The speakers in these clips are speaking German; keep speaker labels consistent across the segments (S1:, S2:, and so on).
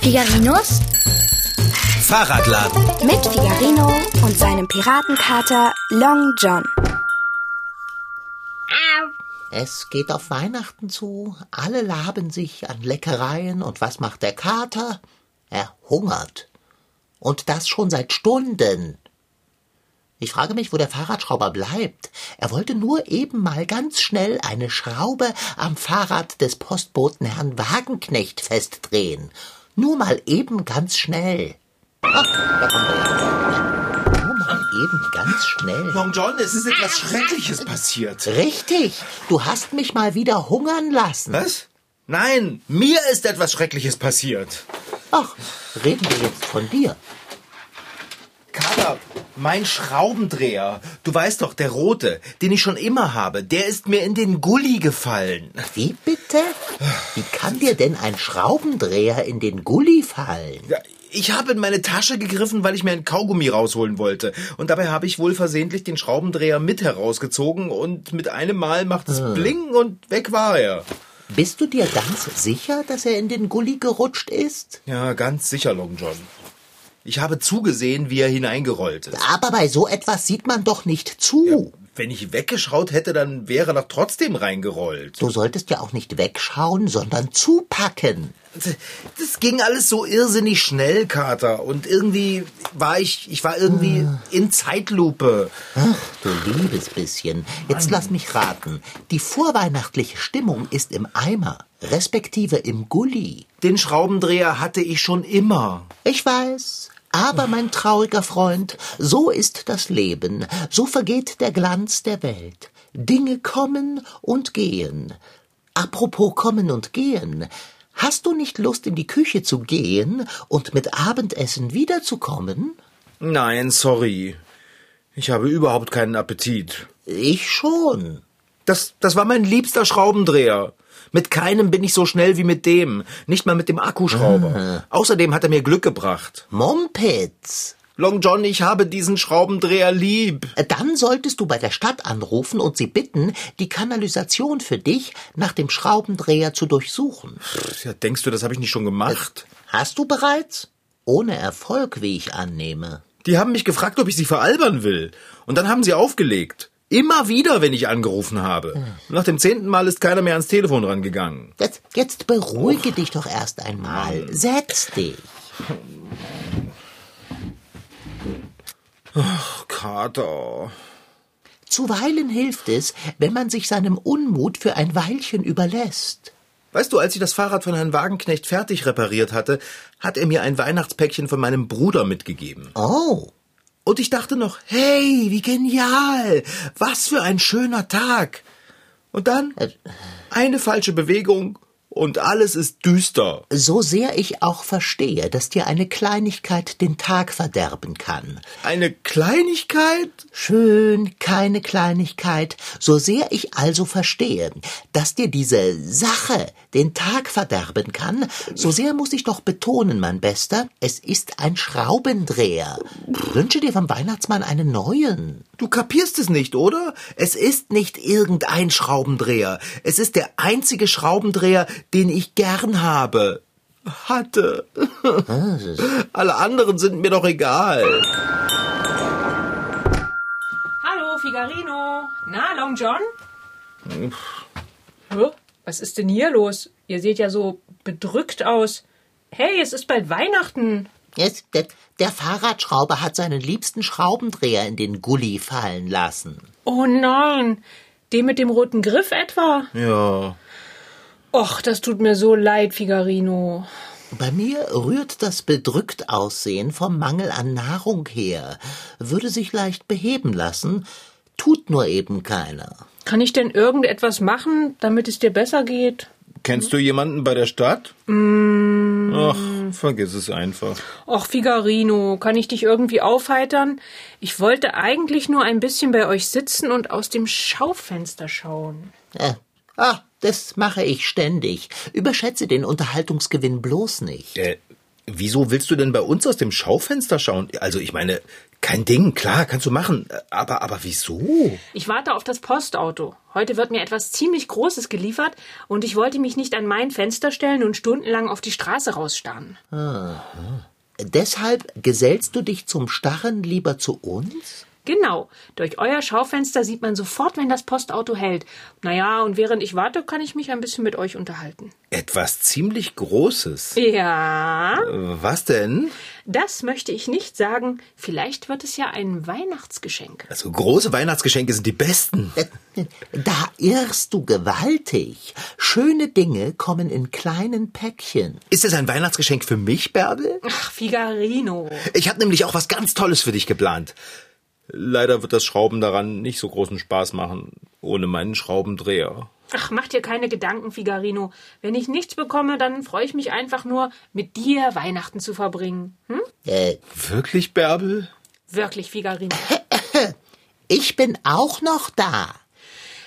S1: Figarinos
S2: Fahrradladen.
S3: Mit Figarino und seinem Piratenkater Long John.
S4: Es geht auf Weihnachten zu, alle laben sich an Leckereien und was macht der Kater? Er hungert. Und das schon seit Stunden. Ich frage mich, wo der Fahrradschrauber bleibt. Er wollte nur eben mal ganz schnell eine Schraube am Fahrrad des Postboten Herrn Wagenknecht festdrehen. Nur mal eben ganz schnell. Ach, da kommt er. ja. Nur mal eben ganz schnell.
S2: Long John, es ist etwas Schreckliches passiert.
S4: Richtig, du hast mich mal wieder hungern lassen.
S2: Was? Nein, mir ist etwas Schreckliches passiert.
S4: Ach, reden wir jetzt von dir.
S2: Kater, mein Schraubendreher, du weißt doch, der rote, den ich schon immer habe, der ist mir in den Gully gefallen.
S4: Wie bitte? Wie kann dir denn ein Schraubendreher in den Gully fallen?
S2: Ja, Ich habe in meine Tasche gegriffen, weil ich mir ein Kaugummi rausholen wollte. Und dabei habe ich wohl versehentlich den Schraubendreher mit herausgezogen und mit einem Mal macht es bling und weg war er.
S4: Bist du dir ganz sicher, dass er in den Gully gerutscht ist?
S2: Ja, ganz sicher, Long John. Ich habe zugesehen, wie er hineingerollt ist.
S4: Aber bei so etwas sieht man doch nicht zu.
S2: Wenn ich weggeschaut hätte, dann wäre er doch trotzdem reingerollt.
S4: Du solltest ja auch nicht wegschauen, sondern zupacken.
S2: Das ging alles so irrsinnig schnell, Kater. Und irgendwie war ich, ich war irgendwie in Zeitlupe.
S4: Ach, du liebes bisschen. Jetzt lass mich raten. Die vorweihnachtliche Stimmung ist im Eimer, respektive im Gully.
S2: Den Schraubendreher hatte ich schon immer.
S4: Ich weiß. Aber, mein trauriger Freund, so ist das Leben, so vergeht der Glanz der Welt. Dinge kommen und gehen. Apropos kommen und gehen. Hast du nicht Lust, in die Küche zu gehen und mit Abendessen wiederzukommen?
S2: Nein, sorry. Ich habe überhaupt keinen Appetit.
S4: Ich schon.
S2: Das, das war mein liebster Schraubendreher. Mit keinem bin ich so schnell wie mit dem. Nicht mal mit dem Akkuschrauber. Außerdem hat er mir Glück gebracht.
S4: Mumpitz.
S2: Long John, ich habe diesen Schraubendreher lieb.
S4: Dann solltest du bei der Stadt anrufen und sie bitten, die Kanalisation für dich nach dem Schraubendreher zu durchsuchen.
S2: Ja, denkst du, das habe ich nicht schon gemacht?
S4: Hast du bereits? Ohne Erfolg, wie ich annehme.
S2: Die haben mich gefragt, ob ich sie veralbern will. Und dann haben sie aufgelegt. Immer wieder, wenn ich angerufen habe. Nach dem zehnten Mal ist keiner mehr ans Telefon rangegangen.
S4: Jetzt, jetzt beruhige dich doch erst einmal. Setz dich.
S2: Ach, Kater.
S4: Zuweilen hilft es, wenn man sich seinem Unmut für ein Weilchen überlässt.
S2: Weißt du, als ich das Fahrrad von Herrn Wagenknecht fertig repariert hatte, hat er mir ein Weihnachtspäckchen von meinem Bruder mitgegeben.
S4: Oh,
S2: Und ich dachte noch, hey, wie genial! Was für ein schöner Tag! Und dann eine falsche Bewegung und alles ist düster.
S4: so sehr ich auch verstehe, dass dir eine Kleinigkeit den Tag verderben kann.
S2: Eine Kleinigkeit?
S4: Schön, keine Kleinigkeit, so sehr ich also verstehe, dass dir diese Sache den Tag verderben kann, so sehr muss ich doch betonen, mein Bester, es ist ein Schraubendreher. Ich wünsche dir vom Weihnachtsmann einen neuen.
S2: Du kapierst es nicht, oder? Es ist nicht irgendein Schraubendreher. Es ist der einzige Schraubendreher, den ich gern habe. Hatte. Alle anderen sind mir doch egal.
S5: Hallo, Figarino. Na, Long John? Hä? Was ist denn hier los? Ihr seht ja so bedrückt aus. Hey, es ist bald Weihnachten.
S4: Jetzt, der, der Fahrradschrauber hat seinen liebsten Schraubendreher in den Gully fallen lassen.
S5: Oh nein, dem mit dem roten Griff etwa?
S2: Ja.
S5: Och, das tut mir so leid, Figarino.
S4: Bei mir rührt das bedrückt Aussehen vom Mangel an Nahrung her, würde sich leicht beheben lassen, tut nur eben keiner.
S5: Kann ich denn irgendetwas machen, damit es dir besser geht?
S2: Kennst du jemanden bei der Stadt? Ach, vergiss es einfach.
S5: Och, Figarino, kann ich dich irgendwie aufheitern? Ich wollte eigentlich nur ein bisschen bei euch sitzen und aus dem Schaufenster schauen.
S4: Äh, ah, das mache ich ständig. Überschätze den Unterhaltungsgewinn bloß nicht.
S2: Äh, wieso willst du denn bei uns aus dem Schaufenster schauen? Also ich meine, Kein Ding, klar, kannst du machen. Aber, aber wieso?
S5: Ich warte auf das Postauto. Heute wird mir etwas ziemlich Großes geliefert und ich wollte mich nicht an mein Fenster stellen und stundenlang auf die Straße rausstarren.
S4: Deshalb gesellst du dich zum Starren lieber zu uns?
S5: Genau, durch euer Schaufenster sieht man sofort, wenn das Postauto hält. Naja, und während ich warte, kann ich mich ein bisschen mit euch unterhalten.
S2: Etwas ziemlich Großes.
S5: Ja,
S2: Was denn?
S5: das möchte ich nicht sagen. Vielleicht wird es ja ein Weihnachtsgeschenk.
S2: Also große Weihnachtsgeschenke sind die besten.
S4: Da irrst du gewaltig. Schöne Dinge kommen in kleinen Päckchen.
S2: Ist es ein Weihnachtsgeschenk für mich, Bärbel?
S5: Ach, Figarino.
S2: Ich habe nämlich auch was ganz Tolles für dich geplant. Leider wird das Schrauben daran nicht so großen Spaß machen, ohne meinen Schraubendreher.
S5: Ach, mach dir keine Gedanken, Figarino. Wenn ich nichts bekomme, dann freue ich mich einfach nur, mit dir Weihnachten zu verbringen. Hm?
S4: Äh,
S2: Wirklich, Bärbel?
S5: Wirklich, Figarino.
S4: ich bin auch noch da.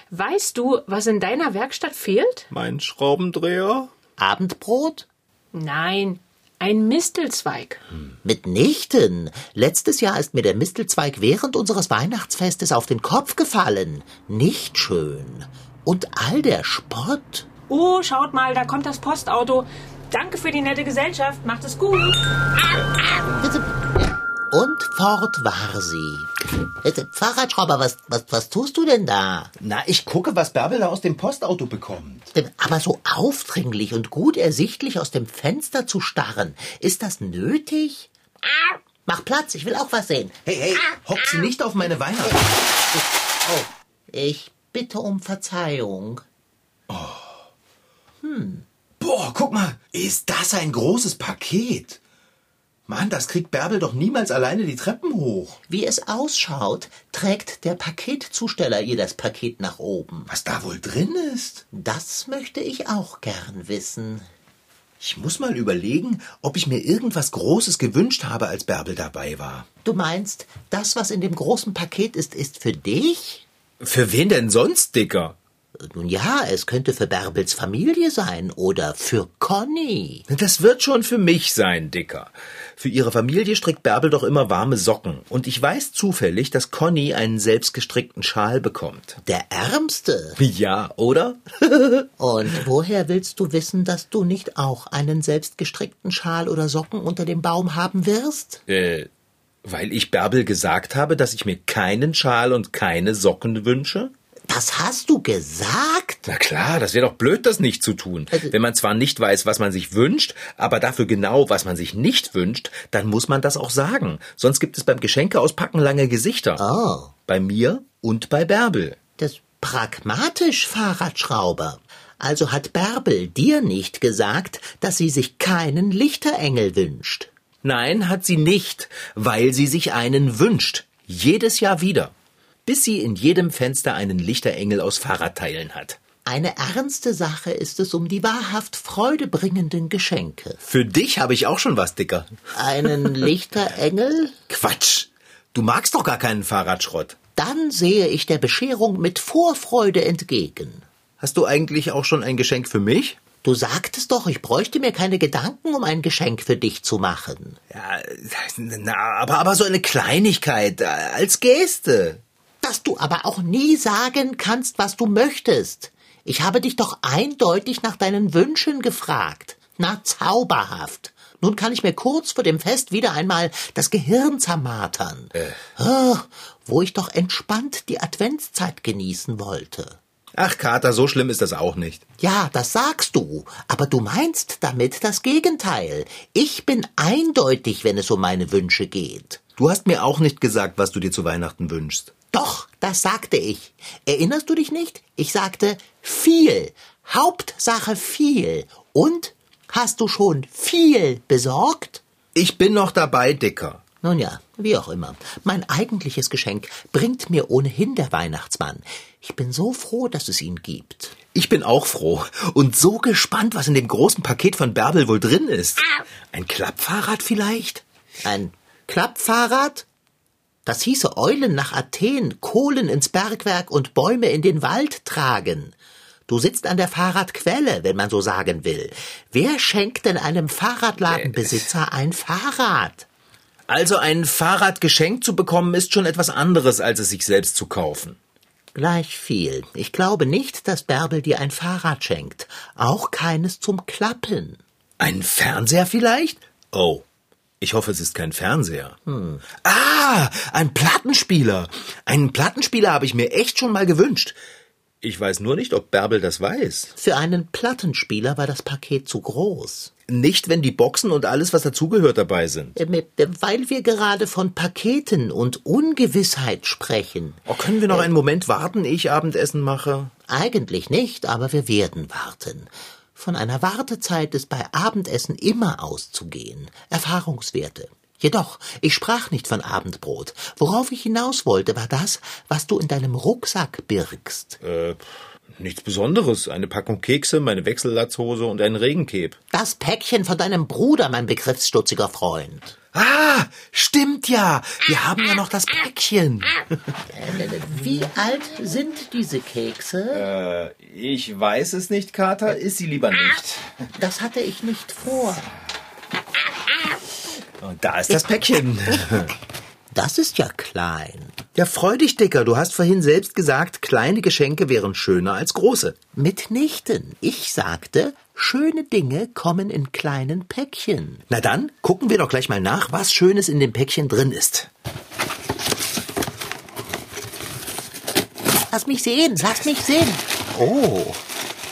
S5: Weißt du, was in deiner Werkstatt fehlt?
S2: Mein Schraubendreher?
S4: Abendbrot?
S5: Nein, ein Mistelzweig.
S4: Mitnichten. Letztes Jahr ist mir der Mistelzweig während unseres Weihnachtsfestes auf den Kopf gefallen. Nicht schön. Und all der Spott.
S5: Oh, schaut mal, da kommt das Postauto. Danke für die nette Gesellschaft. Macht es gut.
S4: Und fort war sie. Fahrradschrauber, was, was, was tust du denn da?
S2: Na, ich gucke, was Bärbel da aus dem Postauto bekommt.
S4: Aber so aufdringlich und gut ersichtlich aus dem Fenster zu starren, ist das nötig? Ah, Mach Platz, ich will auch was sehen.
S2: Hey, hey, hopse nicht auf meine Weihnachten.
S4: Ich bitte um Verzeihung.
S2: Boah, guck mal, ist das ein großes Paket? Mann, das kriegt Bärbel doch niemals alleine die Treppen hoch.
S4: Wie es ausschaut, trägt der Paketzusteller ihr das Paket nach oben.
S2: Was da wohl drin ist?
S4: Das möchte ich auch gern wissen.
S2: Ich muss mal überlegen, ob ich mir irgendwas Großes gewünscht habe, als Bärbel dabei war.
S4: Du meinst, das, was in dem großen Paket ist, ist für dich?
S2: Für wen denn sonst, Dicker?
S4: Nun ja, es könnte für Bärbels Familie sein oder für Conny.
S2: Das wird schon für mich sein, Dicker. Für ihre Familie strickt Bärbel doch immer warme Socken. Und ich weiß zufällig, dass Conny einen selbstgestrickten Schal bekommt.
S4: Der Ärmste.
S2: Ja, oder?
S4: Und woher willst du wissen, dass du nicht auch einen selbstgestrickten Schal oder Socken unter dem Baum haben wirst?
S2: Äh, weil ich Bärbel gesagt habe, dass ich mir keinen Schal und keine Socken wünsche?
S4: Das hast du gesagt.
S2: Na klar, das wäre doch blöd, das nicht zu tun. Wenn man zwar nicht weiß, was man sich wünscht, aber dafür genau, was man sich nicht wünscht, dann muss man das auch sagen. Sonst gibt es beim Geschenke auspacken lange Gesichter.
S4: Oh.
S2: Bei mir und bei Bärbel.
S4: Das pragmatisch, Fahrradschrauber. Also hat Bärbel dir nicht gesagt, dass sie sich keinen Lichterengel wünscht.
S2: Nein, hat sie nicht, weil sie sich einen wünscht. Jedes Jahr wieder. Bis sie in jedem Fenster einen Lichterengel aus Fahrradteilen hat.
S4: Eine ernste Sache ist es um die wahrhaft freudebringenden Geschenke.
S2: Für dich habe ich auch schon was, Dicker.
S4: Einen Lichterengel?
S2: Quatsch. Du magst doch gar keinen Fahrradschrott.
S4: Dann sehe ich der Bescherung mit Vorfreude entgegen.
S2: Hast du eigentlich auch schon ein Geschenk für mich?
S4: Du sagtest doch, ich bräuchte mir keine Gedanken, um ein Geschenk für dich zu machen.
S2: Ja, na, aber, aber so eine Kleinigkeit, äh, als Geste.
S4: Dass du aber auch nie sagen kannst, was du möchtest. Ich habe dich doch eindeutig nach deinen Wünschen gefragt. Na, zauberhaft. Nun kann ich mir kurz vor dem Fest wieder einmal das Gehirn zermartern.
S2: Äh.
S4: Ah, wo ich doch entspannt die Adventszeit genießen wollte.
S2: Ach, Kater, so schlimm ist das auch nicht.
S4: Ja, das sagst du, aber du meinst damit das Gegenteil. Ich bin eindeutig, wenn es um meine Wünsche geht.
S2: Du hast mir auch nicht gesagt, was du dir zu Weihnachten wünschst.
S4: Doch, das sagte ich. Erinnerst du dich nicht? Ich sagte viel. Hauptsache viel. Und hast du schon viel besorgt?
S2: Ich bin noch dabei, Dicker.
S4: Nun ja, wie auch immer. Mein eigentliches Geschenk bringt mir ohnehin der Weihnachtsmann. Ich bin so froh, dass es ihn gibt.
S2: Ich bin auch froh und so gespannt, was in dem großen Paket von Bärbel wohl drin ist. Ein Klappfahrrad vielleicht?
S4: Ein Klappfahrrad? Das hieße Eulen nach Athen, Kohlen ins Bergwerk und Bäume in den Wald tragen. Du sitzt an der Fahrradquelle, wenn man so sagen will. Wer schenkt denn einem Fahrradladenbesitzer ein Fahrrad?
S2: Also ein Fahrrad geschenkt zu bekommen, ist schon etwas anderes, als es sich selbst zu kaufen.
S4: Gleich viel. Ich glaube nicht, dass Bärbel dir ein Fahrrad schenkt. Auch keines zum Klappen.
S2: Ein Fernseher vielleicht? Oh. Ich hoffe, es ist kein Fernseher. Ah, ein Plattenspieler. Einen Plattenspieler habe ich mir echt schon mal gewünscht. Ich weiß nur nicht, ob Bärbel das weiß.
S4: Für einen Plattenspieler war das Paket zu groß.
S2: Nicht, wenn die Boxen und alles, was dazugehört, dabei sind.
S4: Ähm, äh, Weil wir gerade von Paketen und Ungewissheit sprechen.
S2: Oh, können wir noch einen Moment warten, ehe ich Abendessen mache?
S4: Eigentlich nicht, aber wir werden warten. Von einer Wartezeit ist bei Abendessen immer auszugehen. Erfahrungswerte. Jedoch, ich sprach nicht von Abendbrot. Worauf ich hinaus wollte, war das, was du in deinem Rucksack birgst.
S2: Äh, nichts Besonderes. Eine Packung Kekse, meine Wechsellatzhose und ein Regenkeb.
S4: Das Päckchen von deinem Bruder, mein begriffsstutziger Freund.
S2: Ah, stimmt ja. Wir haben ja noch das Päckchen.
S4: Wie alt sind diese Kekse?
S2: Ich weiß es nicht, Kater. Ist sie lieber nicht.
S4: Das hatte ich nicht vor.
S2: Und da ist das Päckchen.
S4: Das ist ja klein.
S2: Ja, freu dich, Dicker. Du hast vorhin selbst gesagt, kleine Geschenke wären schöner als große.
S4: Mitnichten. Ich sagte, schöne Dinge kommen in kleinen Päckchen.
S2: Na dann, gucken wir doch gleich mal nach, was Schönes in dem Päckchen drin ist.
S4: Lass mich sehen, lass mich sehen. Oh,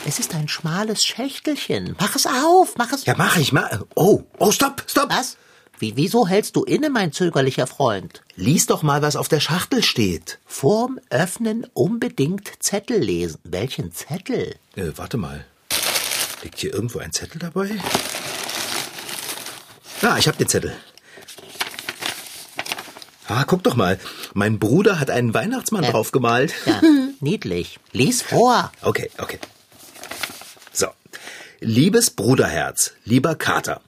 S4: es ist ein schmales Schächtelchen. Mach es auf, mach es.
S2: Ja, mach ich mal. Oh, oh, stopp, stopp.
S4: Was? Wie, wieso hältst du inne, mein zögerlicher Freund?
S2: Lies doch mal, was auf der Schachtel steht.
S4: Vorm Öffnen unbedingt Zettel lesen. Welchen Zettel?
S2: Äh, warte mal. Liegt hier irgendwo ein Zettel dabei? Ah, ich hab den Zettel. Ah, guck doch mal. Mein Bruder hat einen Weihnachtsmann draufgemalt.
S4: Ja, niedlich. Lies vor.
S2: Okay, okay. So. Liebes Bruderherz, lieber Kater.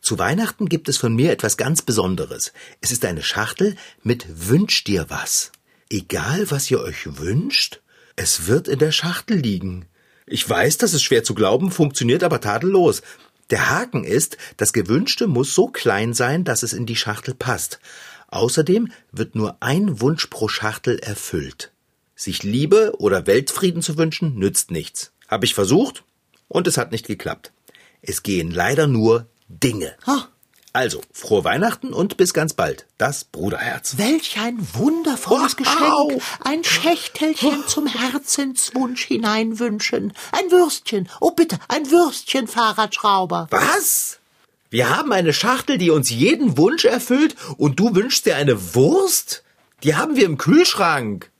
S2: Zu Weihnachten gibt es von mir etwas ganz Besonderes. Es ist eine Schachtel mit Wünsch dir was. Egal, was ihr euch wünscht, es wird in der Schachtel liegen. Ich weiß, das ist schwer zu glauben, funktioniert aber tadellos. Der Haken ist, das Gewünschte muss so klein sein, dass es in die Schachtel passt. Außerdem wird nur ein Wunsch pro Schachtel erfüllt. Sich Liebe oder Weltfrieden zu wünschen, nützt nichts. Habe ich versucht und es hat nicht geklappt. Es gehen leider nur Dinge.
S4: Ha.
S2: Also, frohe Weihnachten und bis ganz bald. Das Bruderherz.
S4: Welch ein wundervolles
S2: Oh,
S4: Geschenk.
S2: au.
S4: Ein Schächtelchen zum Herzenswunsch hineinwünschen. Ein Würstchen. Oh bitte, ein Würstchen, Fahrradschrauber.
S2: Was? Wir haben eine Schachtel, die uns jeden Wunsch erfüllt und du wünschst dir eine Wurst? Die haben wir im Kühlschrank.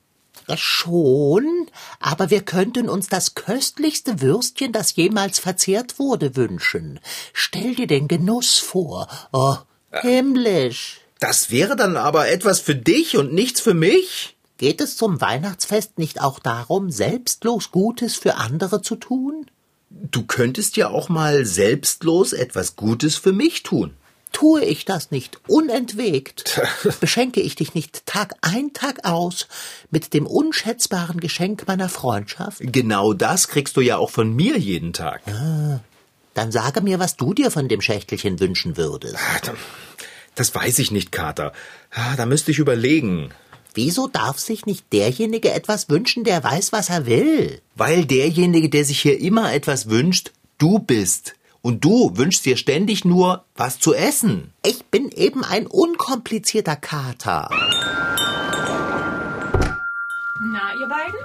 S4: Ja, schon, aber wir könnten uns das köstlichste Würstchen, das jemals verzehrt wurde, wünschen. Stell dir den Genuss vor. Oh, himmlisch.
S2: Das wäre dann aber etwas für dich und nichts für mich?
S4: Geht es zum Weihnachtsfest nicht auch darum, selbstlos Gutes für andere zu tun?
S2: Du könntest ja auch mal selbstlos etwas Gutes für mich tun.
S4: Tue ich das nicht unentwegt, beschenke ich dich nicht Tag ein, Tag aus mit dem unschätzbaren Geschenk meiner Freundschaft,
S2: Genau das kriegst du ja auch von mir jeden Tag.
S4: dann sage mir, was du dir von dem Schächtelchen wünschen würdest.
S2: Ah, Das weiß ich nicht, Kater. Ah, Da müsste ich überlegen.
S4: Wieso darf sich nicht derjenige etwas wünschen, der weiß, was er will?
S2: Weil derjenige, der sich hier immer etwas wünscht, du bist. Und du wünschst dir ständig nur was zu essen.
S4: Ich bin eben ein unkomplizierter Kater.
S5: Na, ihr beiden?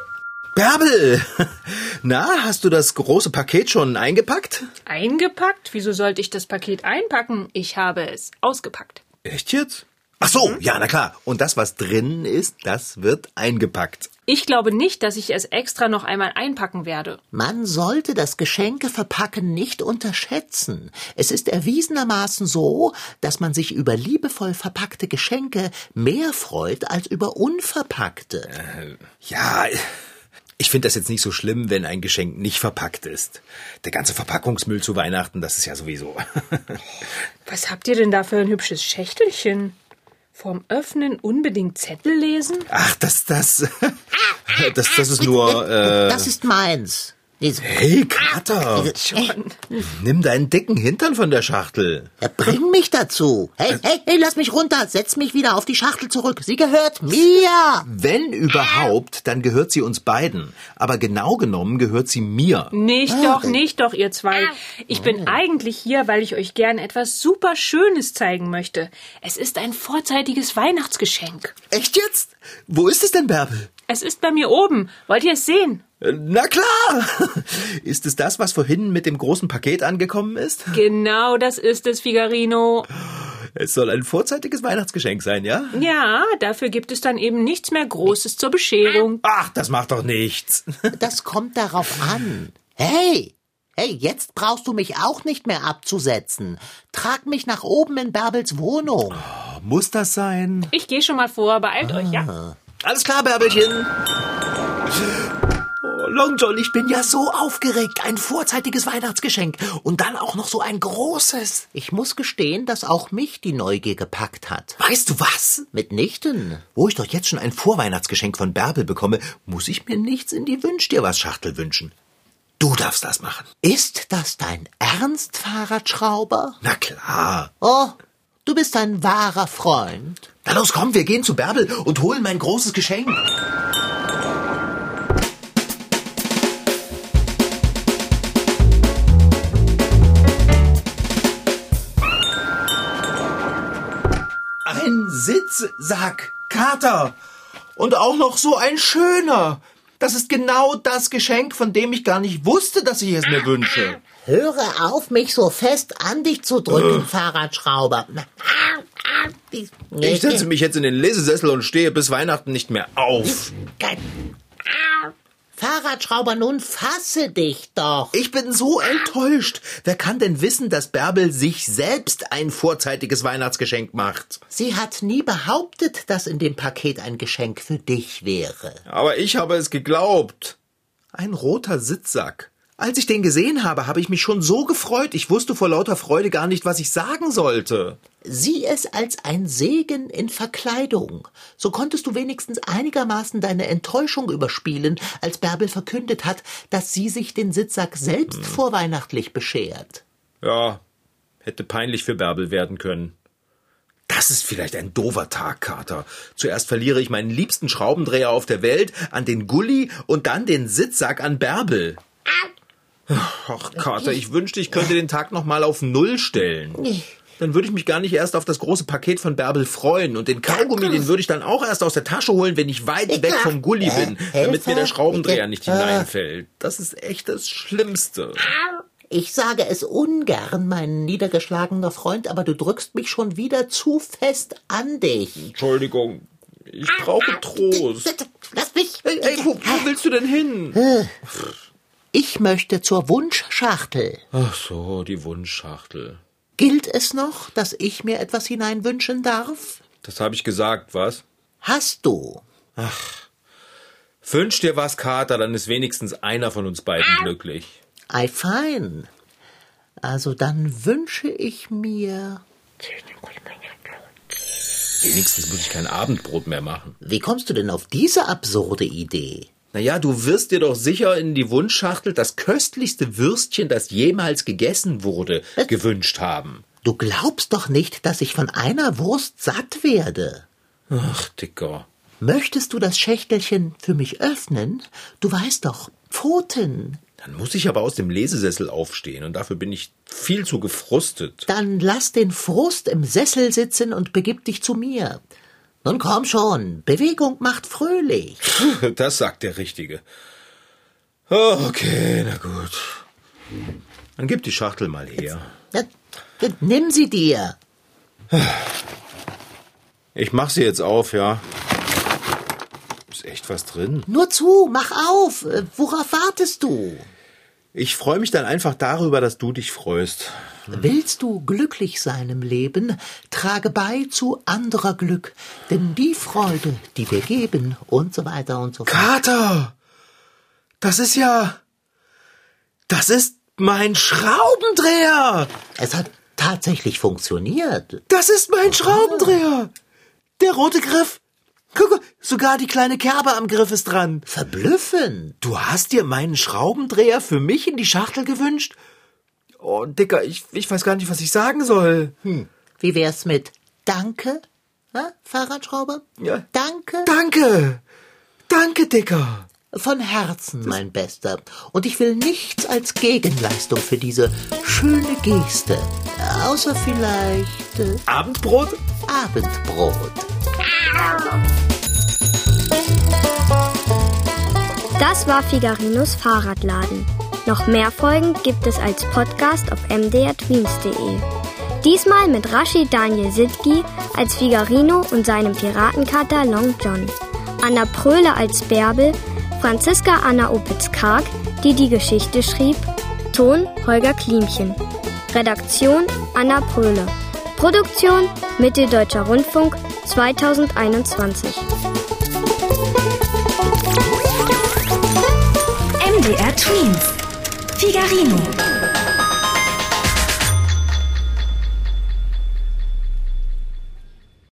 S2: Bärbel! Na, hast du das große Paket schon eingepackt?
S5: Eingepackt? Wieso sollte ich das Paket einpacken? Ich habe es ausgepackt.
S2: Echt jetzt? Ach so, ja, na klar. Und das, was drinnen ist, das wird eingepackt.
S5: Ich glaube nicht, dass ich es extra noch einmal einpacken werde.
S4: Man sollte das Geschenkeverpacken nicht unterschätzen. Es ist erwiesenermaßen so, dass man sich über liebevoll verpackte Geschenke mehr freut als über unverpackte.
S2: Ja, ich finde das jetzt nicht so schlimm, wenn ein Geschenk nicht verpackt ist. Der ganze Verpackungsmüll zu Weihnachten, das ist ja sowieso.
S5: Was habt ihr denn da für ein hübsches Schächtelchen? Vorm Öffnen unbedingt Zettel lesen?
S2: Ach, das, das, das, das ist nur, äh,
S4: Das ist meins. äh, Diese-
S2: Hey, Kater! Nimm deinen dicken Hintern von der Schachtel.
S4: Ja, äh, bring mich dazu.
S2: Äh.
S4: Hey, hey, hey, lass mich runter. Setz mich wieder auf die Schachtel zurück. Sie gehört mir.
S2: Wenn überhaupt, dann gehört sie uns beiden. Aber genau genommen gehört sie mir.
S5: Nicht doch, nicht doch, ihr zwei. Ich bin eigentlich hier, weil ich euch gern etwas super Schönes zeigen möchte. Es ist ein vorzeitiges Weihnachtsgeschenk.
S2: Echt jetzt? Wo ist es denn, Bärbel?
S5: Es ist bei mir oben. Wollt ihr es sehen?
S2: Äh, Na klar! Ist es das, was vorhin mit dem großen Paket angekommen ist?
S5: Genau, das ist es, Figarino.
S2: Es soll ein vorzeitiges Weihnachtsgeschenk sein, ja?
S5: Ja, dafür gibt es dann eben nichts mehr Großes zur Bescherung.
S2: Ach, das macht doch nichts.
S4: Das kommt darauf an. Hey, hey, jetzt brauchst du mich auch nicht mehr abzusetzen. Trag mich nach oben in Bärbels Wohnung.
S2: Muss das sein?
S5: Ich gehe schon mal vor, beeilt euch, ja?
S2: Alles klar, Bärbelchen. Oh, Long John, ich bin ja so aufgeregt. Ein vorzeitiges Weihnachtsgeschenk. Und dann auch noch so ein großes.
S4: Ich muss gestehen, dass auch mich die Neugier gepackt hat.
S2: Weißt du was?
S4: Mitnichten.
S2: Wo ich doch jetzt schon ein Vorweihnachtsgeschenk von Bärbel bekomme, muss ich mir nichts in die Wünsch dir was Schachtel wünschen. Du darfst das machen.
S4: Ist das dein Ernst, Fahrradschrauber?
S2: Na klar.
S4: Oh, du bist ein wahrer Freund.
S2: Na los, komm, wir gehen zu Bärbel und holen mein großes Geschenk. Ein Sitzsack, Kater. Und auch noch so ein schöner. Das ist genau das Geschenk, von dem ich gar nicht wusste, dass ich es mir wünsche.
S4: Höre auf, mich so fest an dich zu drücken,
S2: Äh.
S4: Fahrradschrauber.
S2: Ich setze mich jetzt in den Lesesessel und stehe bis Weihnachten nicht mehr auf.
S4: Fahrradschrauber, nun fasse dich doch.
S2: Ich bin so enttäuscht. Wer kann denn wissen, dass Bärbel sich selbst ein vorzeitiges Weihnachtsgeschenk macht?
S4: Sie hat nie behauptet, dass in dem Paket ein Geschenk für dich wäre.
S2: Aber ich habe es geglaubt. Ein roter Sitzsack. Als ich den gesehen habe, habe ich mich schon so gefreut, ich wusste vor lauter Freude gar nicht, was ich sagen sollte.
S4: Sieh es als ein Segen in Verkleidung. So konntest du wenigstens einigermaßen deine Enttäuschung überspielen, als Bärbel verkündet hat, dass sie sich den Sitzsack selbst vorweihnachtlich beschert.
S2: Ja, hätte peinlich für Bärbel werden können. Das ist vielleicht ein doofer Tag, Kater. Zuerst verliere ich meinen liebsten Schraubendreher auf der Welt an den Gully und dann den Sitzsack an Bärbel. Ach, Kater, ich wünschte, ich könnte den Tag nochmal auf Null stellen. Dann würde ich mich gar nicht erst auf das große Paket von Bärbel freuen und den Kaugummi, den würde ich dann auch erst aus der Tasche holen, wenn ich weit weg vom Gully bin, damit mir der Schraubendreher nicht hineinfällt. Das ist echt das Schlimmste.
S4: Ich sage es ungern, mein niedergeschlagener Freund, aber du drückst mich schon wieder zu fest an dich.
S2: Entschuldigung, ich brauche Trost.
S4: Lass mich.
S2: Ey, wo, wo willst Oh, du denn hin?
S4: Ich möchte zur Wunschschachtel.
S2: Ach so, die Wunschschachtel.
S4: Gilt es noch, dass ich mir etwas hineinwünschen darf?
S2: Das habe ich gesagt, was?
S4: Hast du?
S2: Wünsch dir was, Kater, dann ist wenigstens einer von uns beiden glücklich.
S4: Ei, fein. Also dann wünsche ich mir.
S2: Wenigstens muss ich kein Abendbrot mehr machen.
S4: Wie kommst du denn auf diese absurde Idee?
S2: Naja, du wirst dir doch sicher in die Wunschschachtel das köstlichste Würstchen, das jemals gegessen wurde, gewünscht haben.
S4: Du glaubst doch nicht, dass ich von einer Wurst satt werde.
S2: Ach, Dicker.
S4: Möchtest du das Schächtelchen für mich öffnen? Du weißt doch, Pfoten.
S2: Dann muss ich aber aus dem Lesesessel aufstehen und dafür bin ich viel zu gefrustet.
S4: Dann lass den Frust im Sessel sitzen und begib dich zu mir. Nun komm schon, Bewegung macht fröhlich.
S2: Das sagt der Richtige. Oh, Okay, na gut. Dann gib die Schachtel mal her.
S4: Nimm sie dir.
S2: Ich mach sie jetzt auf, ja. Ist echt was drin.
S4: Nur zu, mach auf. Äh, Worauf wartest du?
S2: Ich freue mich dann einfach darüber, dass du dich freust.
S4: Willst du glücklich sein im Leben, trage bei zu anderer Glück, denn die Freude, die wir geben und so weiter und so fort.
S2: Kater! Das ist ja. Das ist mein Schraubendreher!
S4: Es hat tatsächlich funktioniert.
S2: Das ist mein Schraubendreher! Der rote Griff! Guck, mal,
S6: Sogar die kleine Kerbe am Griff ist dran.
S4: Verblüffend.
S6: Du hast dir meinen Schraubendreher für mich in die Schachtel gewünscht? Oh, Dicker, ich, ich weiß gar nicht, was ich sagen soll.
S4: Wie wär's mit Danke? Hä? Fahrradschrauber?
S6: Ja.
S4: Danke?
S6: Danke. Danke, Dicker.
S4: Von Herzen, mein Bester. Und ich will nichts als Gegenleistung für diese schöne Geste. Außer vielleicht äh,
S6: Abendbrot?
S4: Abendbrot.
S1: Das war Figarinos Fahrradladen. Noch mehr Folgen gibt es als Podcast auf mdrtweens.de. Diesmal mit Rashid Daniel Sidki als Figarino und seinem Piratenkater Long John, Anna Pröhle als Bärbel, Franziska Anna Opitz-Karg, die die Geschichte schrieb, Ton Holger Klimchen, Redaktion Anna Pröhle, Produktion Mitteldeutscher Rundfunk 2021.
S3: MDR Tweens. Figarino.